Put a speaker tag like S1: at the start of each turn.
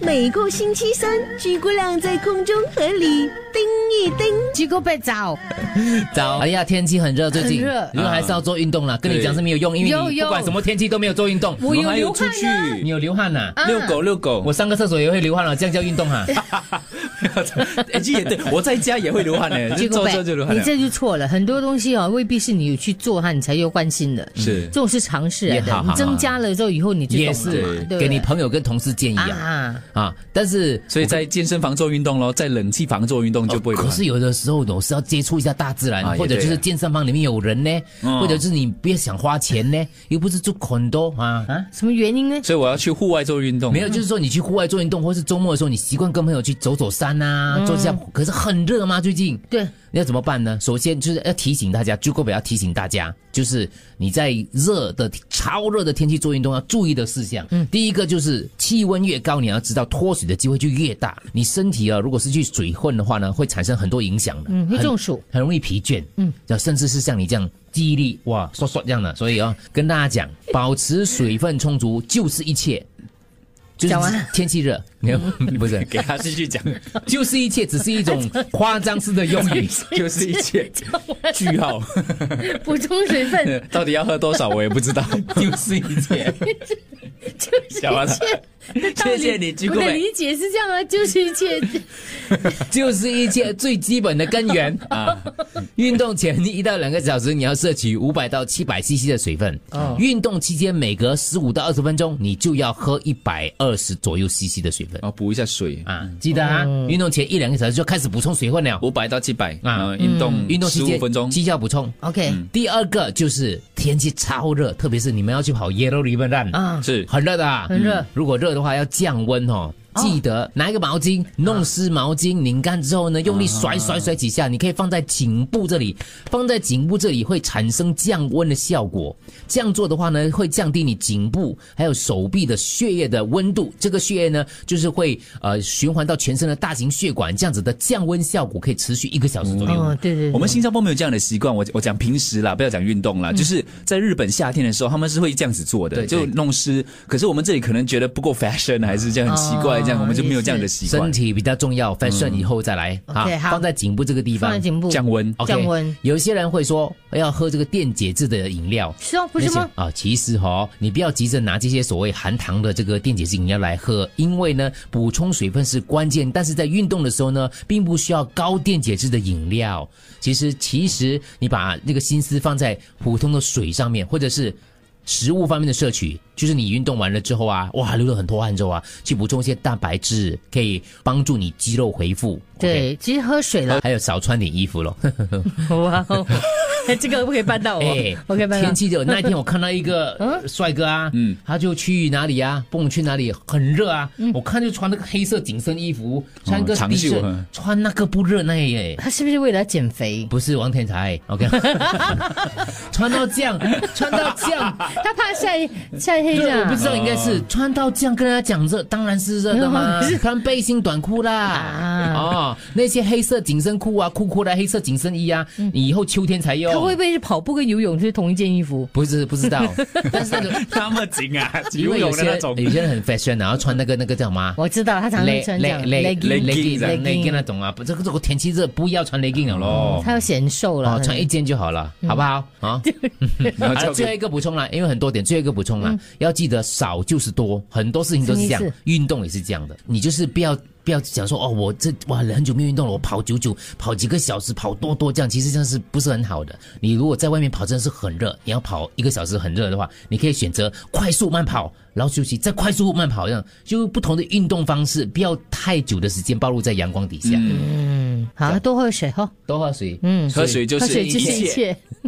S1: 每个星期三，诸葛亮在空中和你叮一叮。
S2: 结果被找，
S3: 早，哎呀，天气很热，最近
S2: 很热
S3: 因为还是要做运动啦。跟你讲是没有用，因
S2: 有
S3: 为你
S2: 有
S3: 不管什么天气都没有做运动。
S2: 我
S4: 我
S2: 有
S4: 们还
S2: 流
S4: 有
S2: 汗
S4: 出
S2: 啊
S4: 去
S3: 你有流汗呐、
S2: 啊
S4: 遛狗遛狗，
S3: 我
S4: 我
S3: 嗯上个厕所也会流汗啊了，这样叫运动哈、
S4: 哎这也对，我在家也会流 汗呢，
S2: 结
S4: 就
S2: 果
S4: 坐
S2: 被
S4: 坐就流汗
S2: 你
S4: 了。
S2: 这就错了。很多东西哦，未必是你有去做哈，你才有关心的。
S4: 是
S2: 这种是常识来
S3: 嗯也好
S2: 的，
S3: 好
S2: 你增加了之后，以后你就懂
S3: 也
S2: 了
S3: 是
S2: 嘛，啊对不对
S3: 给你朋友跟同事建议啊
S2: 啊，
S3: 啊！但是
S4: 所以在健身房做运动咯，在冷气房做运动就不会
S3: 哦
S4: 流
S3: 可
S4: 汗。
S3: 是有的时候我是要接触一下大自然，
S4: 啊也
S3: 或者就是
S4: 对啊
S3: 健身房里面有人呢，
S4: 嗯
S3: 或者是你不要想花钱呢，又不是住很多啊啊。
S2: 什么原因呢？
S4: 所以我要去户外做运动。
S3: 没 有，就是说你去户外做运动，或是周末的时候，你习惯跟朋友去走走山啊，做一下。可是很热吗？最近？
S2: 对，
S3: 要怎么办呢？首先就是要提醒大家，朱国北要提醒大家，就是你在热的超热的天气做运动要注意的事项。嗯，第一个就是气温越高，你要知道脱水的机会就越大。你身体啊，如果是去水混的话呢，会产生很多影响的。
S2: 嗯，会
S3: 很
S2: 中暑。
S3: 很容易疲倦，嗯，甚至是像你这样记忆力哇刷刷这样的，所以啊、跟大家 讲，保持水分充足就是一切，就是
S2: 讲完了
S3: 天气热没有 不是，
S4: 给他继 续讲，
S3: 就是一切，只是一种夸张式的用语。
S4: 就是一切句号，
S2: 补充水分
S4: 到底要喝多少我也不 知道， 就是一切。
S2: 就是
S4: 讲完了
S2: 一切。
S4: 啊谢谢你鞠
S2: 我
S4: 躬
S2: 的理解是这样啊，就是一切。
S3: 就是一切最基本的根源 啊！运动前一到两个小时，你要摄取五百到七百 CC 的水分。
S4: 哦
S3: 运动期间每隔十五到二十分钟，你就要喝一百二十左右 CC 的水分
S4: 然后哦补一下水，
S3: 啊！记得啊，
S4: 哦
S3: 运动前一两个小时就开始补充水分了。
S4: 五百到七百
S3: 啊
S4: 啊，运动
S3: 运动期
S4: 十
S3: 间
S4: 五分钟。
S3: 绩效补充。
S2: OK
S3: 第二个就是天气超热，特别是你们要去跑 Yellow Ribbon Run
S2: 啊，
S4: 是
S3: 很热的、啊，
S2: 很热
S3: 嗯如果热的话，要降温哦。记得拿一个毛巾，弄湿毛巾，拧干之后呢，用力甩甩甩几下。你可以放在颈部这里，放在颈部这里会产生降温的效果。这样做的话呢，会降低你颈部还有手臂的血液的温度。这个血液呢，就是会呃循环到全身的大型血管，这样子的降温效果可以持续一个小时左右。
S2: 哦，对对
S4: 我
S2: 对，
S4: 们新加坡没有这样的习惯，我我讲平时啦，不要讲运动啦，就是在日本夏天的时候，他们是会这样子做的，
S3: 嗯对对
S4: 就弄湿。可是我们这里可能觉得不够 fashion，还是这样很奇怪，
S2: 哦
S4: 这样我们就没有这样的习惯嗯
S3: 身。体比较重要，fashion 以后再来、
S2: OK，好
S3: 放在颈部这个地
S2: 放
S3: 方
S2: 在颈部
S4: 降温
S3: OK，
S2: 降温
S3: 有些人会说哎要喝这个电解质的饮料。
S2: 是哦，不是吗？
S3: 那些？啊，其实哦，你不要急着拿这些所谓含糖的这个电解质饮料来喝，因为呢，补充水分是关键，但是在运动的时候呢，并不需要高电解质的饮料。其实，其实你把那个心思放在普通的水上面，或者是。食物方面的摄取，就是你运动完了之后啊，哇，流了很多汗之后啊，去补充一些蛋白质，可以帮助你肌肉恢复。
S2: 对，其实喝水了
S3: OK，。还有少穿点衣服咯。
S2: 哇哦，这个不可以办到哦
S3: 哎，
S2: 我可以办到
S3: 天。气热，那一天我看到一个帅哥啊，嗯，他就去哪里啊？不管去哪里，很热啊。
S2: 嗯
S3: 我看就穿那个黑色紧身衣服，穿个
S4: 哦长
S3: T
S4: 袖
S3: 恤
S4: 啊，
S3: 穿那个不热那耶。
S2: 他是不是为了减 肥？
S3: 不是王天才，OK，穿到这样，穿到这 样，
S2: 他怕晒晒黑
S3: 对，我不
S2: 啊
S3: 知？道应该
S4: 哦
S3: 是穿到这样跟他讲热，当然是热的嘛，穿背心短裤啦，
S2: 嗯啊
S3: 哦，那些黑色紧身裤啊，酷酷的黑色紧身衣啊，你以后秋天才用
S2: 嗯他，会不会是跑步跟游泳是同一件衣服？
S3: 不是不 知道，但是那个
S4: 那么紧啊，
S3: 因
S4: 游
S3: 为有
S4: 泳
S3: 些
S4: 的那种
S3: 人有些人很 fashion，然后穿那个那个叫什么啊？
S2: 我知道他常常穿这样
S3: legging
S4: legging
S3: 啊 legging
S2: legging
S3: 那种啊，不，这个这个天气热，不要穿 legging 了咯。
S2: 他要显瘦了
S3: 哦，。穿一件就好了，
S2: 嗯
S3: 好不好？啊，
S4: 然后
S3: 好
S4: 交
S3: 了最后
S4: 给
S3: 一个补充啦，因为很多点，最后一个补充啦，要记得少就是多，很多事情都是
S2: 什么
S3: 这
S2: 意
S3: 样
S2: 思，
S3: 运动也是这样的，你就是不要不要讲说哦，我这哇很久没有运动了，我跑久久，跑几个小时，跑多多这样，其实这样是不是很好的？你如果在外面跑真的是很热，你要跑一个小时很热的话，你可以选择快速慢跑。然后休息，再快速慢跑，这样就不同的运动方式，不要太久的时间暴露在阳光底下。
S2: 好，多喝水哈，
S3: 多喝水，嗯，
S4: 喝水就
S2: 喝
S4: 是
S2: 水
S4: 一
S2: 就是一
S4: 切。
S2: 切。